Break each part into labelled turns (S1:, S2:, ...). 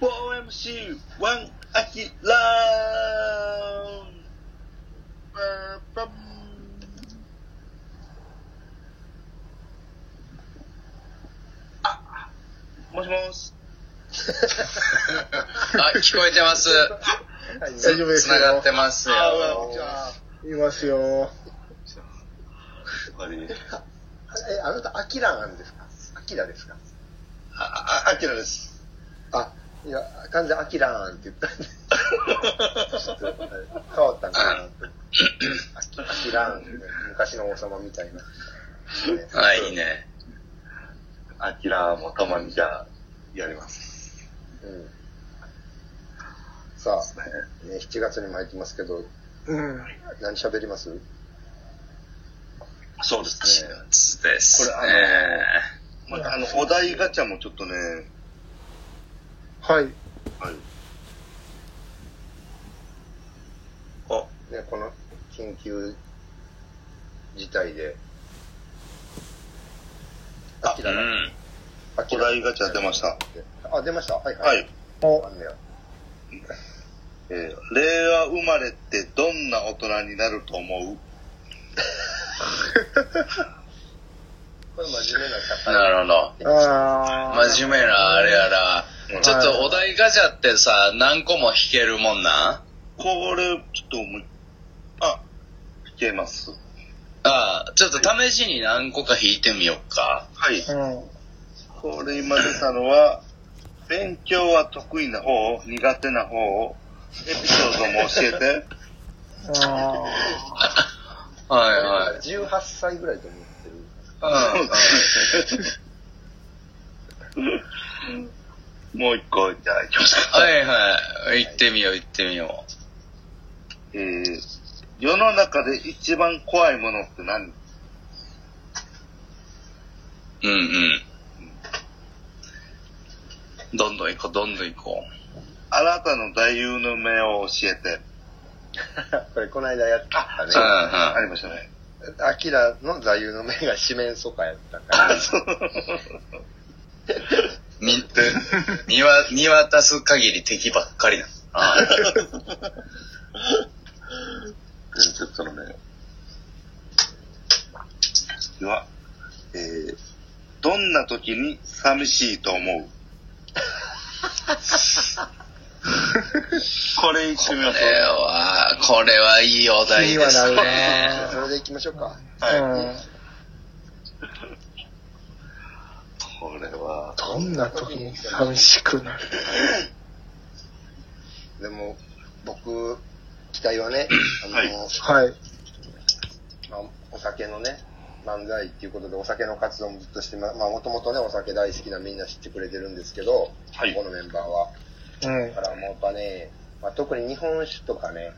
S1: 4MC1 アキラーンバーバンあもしもし
S2: あ、聞こえてます。
S3: はい、
S2: つ
S3: 大丈夫ですよ。
S2: 繋がってますよ。
S1: あこんにちはい
S3: ますよ。
S1: あれ
S3: え、あなた、アキラなんですかアキラですか
S1: あ、あ、アキラです。
S3: あ、いや、完全にアキラーンって言ったんで、ちょっと変わったんかなと思って。アキアキラーンって、昔の王様みたいな。
S2: あ、いいね。
S1: アキラもたまにじゃあ、やります。
S3: うん、さあ、ね、7月にも入ってますけど、何喋ります
S1: そうですね。
S2: 夏ですね。
S1: これまあ、あの、お題ガチャもちょっとね、
S3: はい。
S1: はい。
S2: お、
S3: ね、この緊急事態で、
S1: あ
S3: アキ
S2: う
S3: ラが
S2: ん。
S3: アキ
S1: お
S3: ラ
S1: 題ガチャ出ました。
S3: あ、出ました。はいは。
S1: はいい。
S3: おあんねや
S1: えー、令和生まれってどんな大人になると思う
S3: これ真面目な方。
S2: なるほど。
S4: ああ。
S2: 真面目な、あれやら。ちょっとお題ガチャってさ、何個も引けるもんなん
S1: これ、ちょっと思い、あ、いけます。
S2: ああ、ちょっと試しに何個か引いてみよっか。
S1: はい。
S4: うん。
S1: これ今出たのは、勉強は得意な方、苦手な方、エピソードも教え て。
S4: あ
S2: はいはい。
S3: 18歳ぐらいと思ってる。
S2: うんうん。
S1: もう一個、じゃあ行きましょうか。
S2: はいはい。行ってみよう行ってみよ
S1: えー、世の中で一番怖いものって何
S2: う。うんうん。どんどん行こう、どんどん行こう。
S1: あなたの大夢を教えて。
S3: これこの間やったね
S2: うん。うん
S1: あ。りましたね。
S3: アキラの座右の銘が四面楚歌やったから。
S1: あ、そう。
S2: 見、見わ、見渡す限り敵ばっかりなの。あ
S1: ちょっとね。次は、えー、どんな時に寂しいと思 うこれ一
S2: こ
S1: 緒
S2: れ
S1: に
S2: は、これはいいお題です
S4: 気には
S2: ね。
S3: それで行きましょうか。
S1: はい。
S4: あ。
S1: これは、
S4: どんな時に寂しくなる
S3: でも、僕、期待はね、あの、
S1: はい
S4: はい。
S3: まあ、お酒のね、漫才っていうことでお酒の活動もずっとしてま、まあもともとね、お酒大好きなみんな知ってくれてるんですけど、
S1: はい
S3: ここのメンバーは。
S4: うん
S3: だ。からもうやっぱね、まあ、特に日本酒とかね、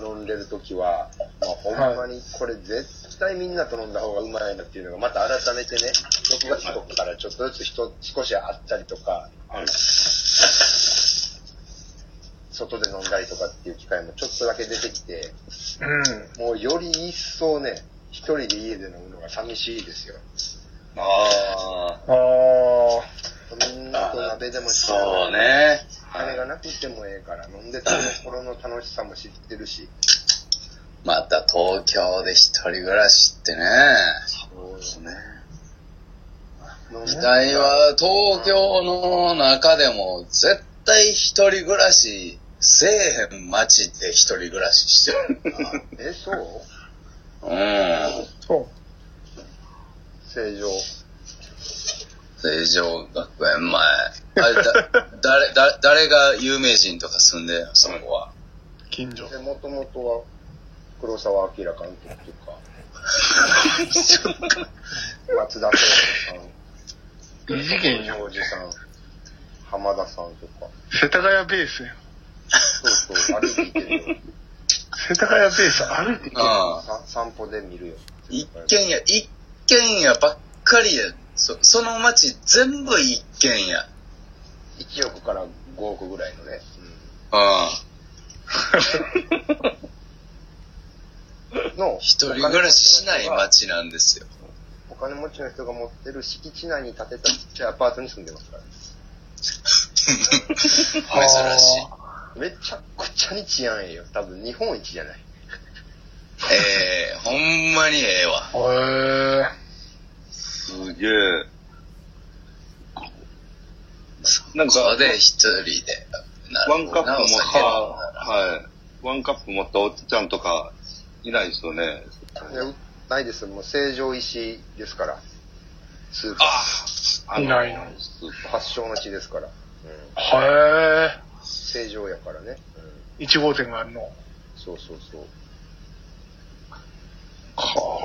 S3: 飲んでるときは、まあ、ほんまにこれ絶対みんなと飲んだ方がうまいなっていうのが、また改めてね、6月とかからちょっとずつ人少しあったりとか、
S1: はい。
S3: 外で飲んだりとかっていう機会もちょっとだけ出てきて、
S4: うん。
S3: もうより一層ね、一人で家で飲むのが寂しいですよ。
S2: あ
S4: ああ。
S3: みんなと鍋でも
S2: あ、
S3: し
S2: そうね。
S3: あれがなくてもええから、飲んでた頃の楽しさも知ってるし、
S2: また東京で一人暮らしってね。
S1: そうですね。
S3: 飲ん
S2: 時
S3: で
S2: 代は東京の中でも絶対一人暮らしせえへん街で一人暮らししてる。
S3: え、そう
S2: うん。
S4: そ
S3: 正常。
S2: 成城学園前。あれ、だ、誰、だ、誰が有名人とか住んでんのその子は。
S4: う。近所。
S3: で、もともとは黒澤明監督とか、松田聖
S4: 二次
S3: 子さん、ジョージさん、浜田さんとか、
S4: 世田谷ベースやん。
S3: そうそう、歩いていけるよ。
S4: 世田谷ベース歩いて
S2: う
S3: さ散歩で見るよ。
S2: ん。一軒家、一軒家ばっかりや。そ、その町全部一軒家。
S3: 1億から5億ぐらいのね。
S2: うん。
S3: うんの
S2: 一人暮らししない町なんですよ。
S3: お金持ちの人が持ってる敷地内に建てたちっちゃいアパートに住んでますからね。
S2: 珍しい。
S3: めちゃくちゃに治安ええよ。多分日本一じゃない。
S2: ええほんまにええわ。
S4: へえ
S1: すげえ。なんか
S2: そこで一人で。なる
S1: ワ
S2: ほ
S1: ン
S2: ど
S1: カップ
S2: な
S1: も
S2: お酒
S1: さ、
S2: は
S1: はい。ワンカップ持ったおっちゃんとかいないですよね。
S3: いやないですよ。もう成城石井ですから。スーパ
S1: ああ
S4: いないの
S1: スー
S3: ー。
S1: パー
S3: 発祥の地ですから。うん。
S4: へえ
S3: 成城やからね。うん。
S4: 1号店があるの
S3: そうそうそう。
S4: か
S3: こ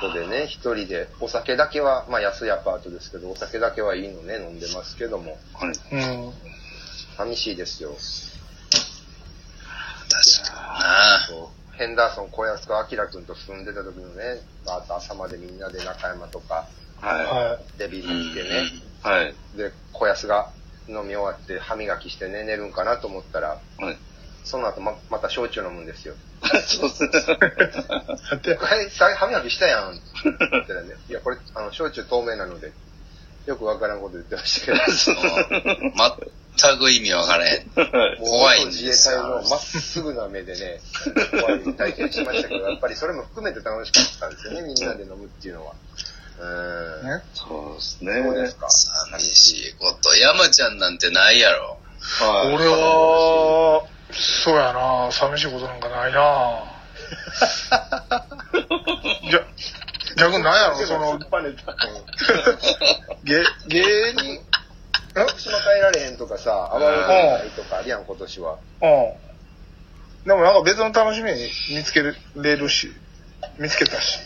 S3: こでね、一人で、お酒だけは、まあ安いアパートですけど、お酒だけはいいのね、飲んでますけども、
S4: うん
S3: 寂しいですよ。
S2: 確か
S3: そうヘンダーソン小安と明君と住んでた時のね、バーッと朝までみんなで中山とか、
S1: は
S4: は
S3: デビ
S2: に
S3: ル
S2: な。
S3: に行ってね、
S1: い。はい。
S3: で、小安が飲み終わって歯磨きしてね、寝るんかなと思ったら、
S1: はい。
S3: その後ま、また焼酎飲むんですよ。
S1: そうっすね。
S4: いだって
S3: え、さ歯磨きしたやんって言ったらね、 いや、これ、あの、焼酎透明なので、よくわからんこと言ってましたけど、
S2: うん全く意味わから へん。
S3: もう
S2: 怖いんで
S3: 元自
S2: すよ
S3: 衛隊のまっすぐな目でね、怖い体験しましたけ ど、やっぱりそれも含めて楽しかったんですよね、みんなで飲むっていうのは。うーん。
S4: ね
S1: そうです
S3: どうで
S1: ね
S3: す。か
S2: 寂しいこと。山ちゃんなんてないやろ。
S1: はい。
S4: 俺はそうやな寂しいことなんかない なじゃ逆に なんやろその
S3: 突っぱねた。うん
S4: 芸芸人
S3: 徳島帰られへんとかさ、あわれないとかあるやん、今年は。
S4: うん。でもなんか別の楽しみ見つけれるし、見つけたし。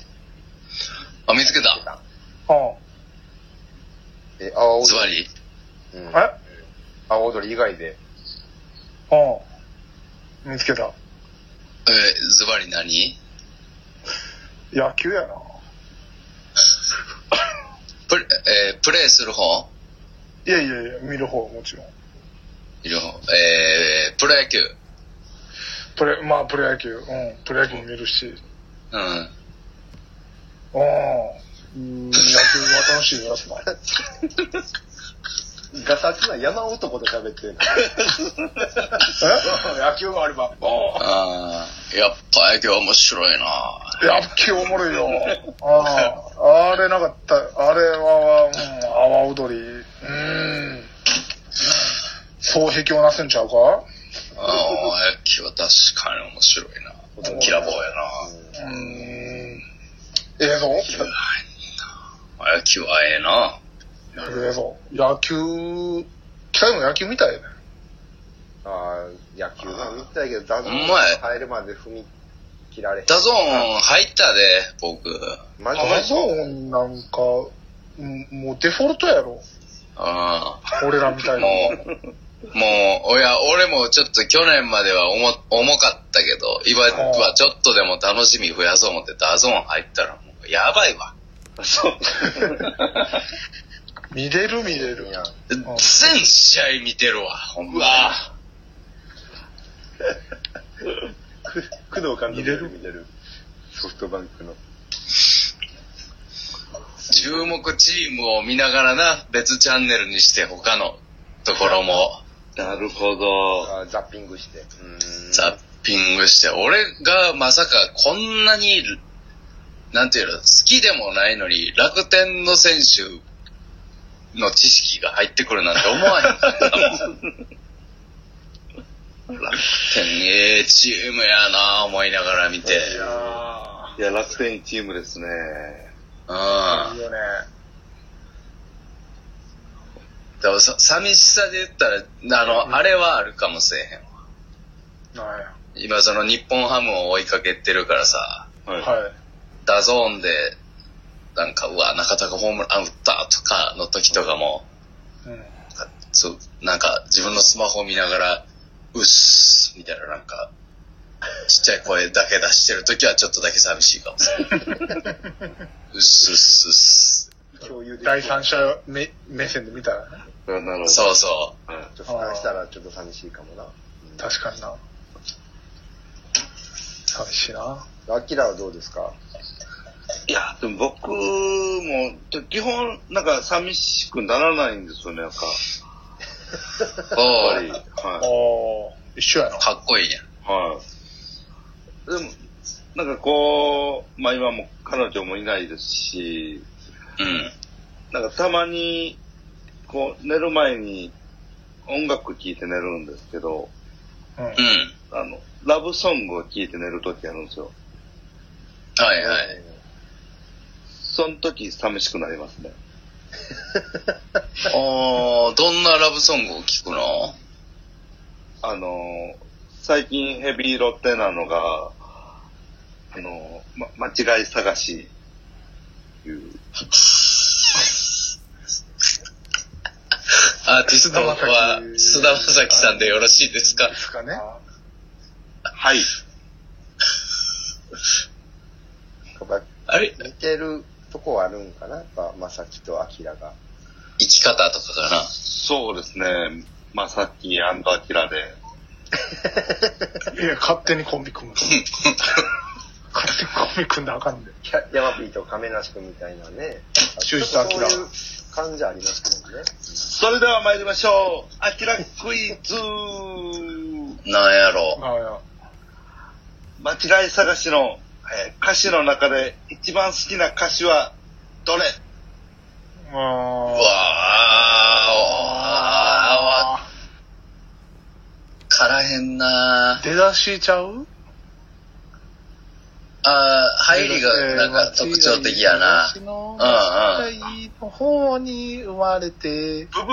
S2: あ、見つけた。
S4: う
S3: え、阿波
S2: ズ
S3: 踊
S2: バリ。
S3: り。うん
S4: ん。え
S3: 阿波踊り以外で。
S4: うん。見つけた。
S2: えーズバリ何
S4: 野球やな。
S2: プレ、えープレイする方
S4: いやいやいや、見る方もちろん。
S2: いる方。えープロ野球。
S4: プレ、まあプロ野球、うん。プロ野球も見るし。
S2: うん。
S4: うん。野球は楽しいよ、やっぱ。
S3: ガサツな山男と喋ってんの。 野球があれば。
S2: ああ、やっぱ野球面白いな
S4: え野球おもろいよ。ああ。あれなかった。あれは、うん、阿波踊り。うん。双璧をなすんちゃうか
S2: あー野球は確かに面白いなキラボーや
S4: うーん。ええぞ。
S2: な野球はええな
S4: ええぞ。野球、北でも野球みたいね。
S3: あー野球が見たいけど、ダズ
S2: ほんまや
S3: 入るまで踏み切られへん。
S2: ダゾーン入ったで、僕。
S3: マジ
S4: ダ
S3: で
S4: ゾーンなんか、うんもうデフォルトやろ。
S2: あ
S4: 俺らみた
S2: あ、
S4: いな。
S2: もう、もう、いや、俺もちょっと去年までは重重かったけど、今はちょっとでも楽しみ増やそう思ってダゾーン入ったらもう、やばいわ。
S1: そう。
S4: 見れる見れる。
S3: やん。
S2: 全試合見てるわ、ほんま。
S3: 工藤監
S4: 督見れる
S3: 見れる。ソフトバンクの。
S2: 注目チームを見ながらな、別チャンネルにして他のところも
S1: なるほど。
S3: あーザッピングして。うーん
S2: ザッピングして、俺がまさかこんなに、なんていうの、好きでもないのに楽天の選手の知識が入ってくるなんて思わへんかったもん。楽天、ええチームやなぁ思いながら見て。
S3: いやー
S1: いや、楽天チームですね。
S2: うん
S4: いい。よね。
S2: でもさ寂しさで言ったら、あの、あれはあるかもしれへんわ。
S4: は
S2: 今その日本ハムを追いかけてるからさ、
S4: い。
S1: は
S4: は
S2: ダゾーンで、なんか、うわ、中田がホームラン打ったとかの時とかも、
S4: い。うん。
S2: そう、なんか自分のスマホを見ながら、うっす、みたいななんか、ちっちゃい声だけ出してる時はちょっとだけ寂しいかもしれない。うっすうっすうっす。
S3: 共有できる
S4: 第三者目目線で見たらね。
S1: い。なるほど。
S2: そうそ
S1: はい
S3: ちょっと俯瞰したらちょっと寂しいかもな。
S4: 確かにな。寂しいな。
S3: アキラはどうですか
S1: いや、でも僕も、ちょ基本、なんか寂しくならないんですよね、なんか。
S2: お
S1: ぱり。
S2: ー
S4: あ
S1: は
S4: あ、一緒やな。
S2: かっこいいやん。
S1: い。はい。でも、なんかこう、まあ今も彼女もいないですし、
S2: うん。
S1: なんかたまに、こう、寝る前に音楽聴いて寝るんですけど、
S4: うん。
S2: うん。
S1: あの、ラブソングを聴いて寝るときあるんですよ。
S2: はいはい。
S1: その時寂しくなりますね。
S2: おー、どんなラブソングを聴くの
S1: あのー、最近ヘビーロテなのが、あのー、ま、間違い探し、いう、
S2: アーティストは須田まさきさんでよろしいですか
S4: ですかね。
S1: はい。
S3: やっ
S2: あれ
S3: ぱ似てるとこはあるんかなやっぱ、まさきとあきらが。
S2: 生き方とかかな
S1: そうですね。まさっきアンドアキラで。
S4: いや、 勝手にコンビ組む。勝手にコンビ組んだらあかんで。
S3: キャヤマピーと亀梨君みたいなね。
S4: シュースターキラー
S3: ちょっとそういう感じありますもんね。
S1: それでは参りましょう。アキラクイズ
S2: なんやろ
S4: ああいや、
S1: 間違い探しの、えー歌詞の中で一番好きな歌詞はどれ
S2: う
S4: あ
S2: わー、わ
S4: あ。
S2: からへんなー
S4: 出だしちゃう
S2: あー、入りがなんか特徴的やな。
S4: う
S2: うんん
S4: う。
S2: うんん。
S4: 間違いの方に生まれて。
S1: ブブー、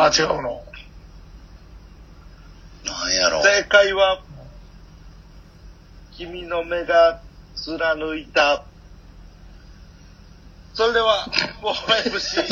S4: あ、違うの。
S2: なんやろ
S1: 正解は、君の目が貫いた。それでは、もう MC。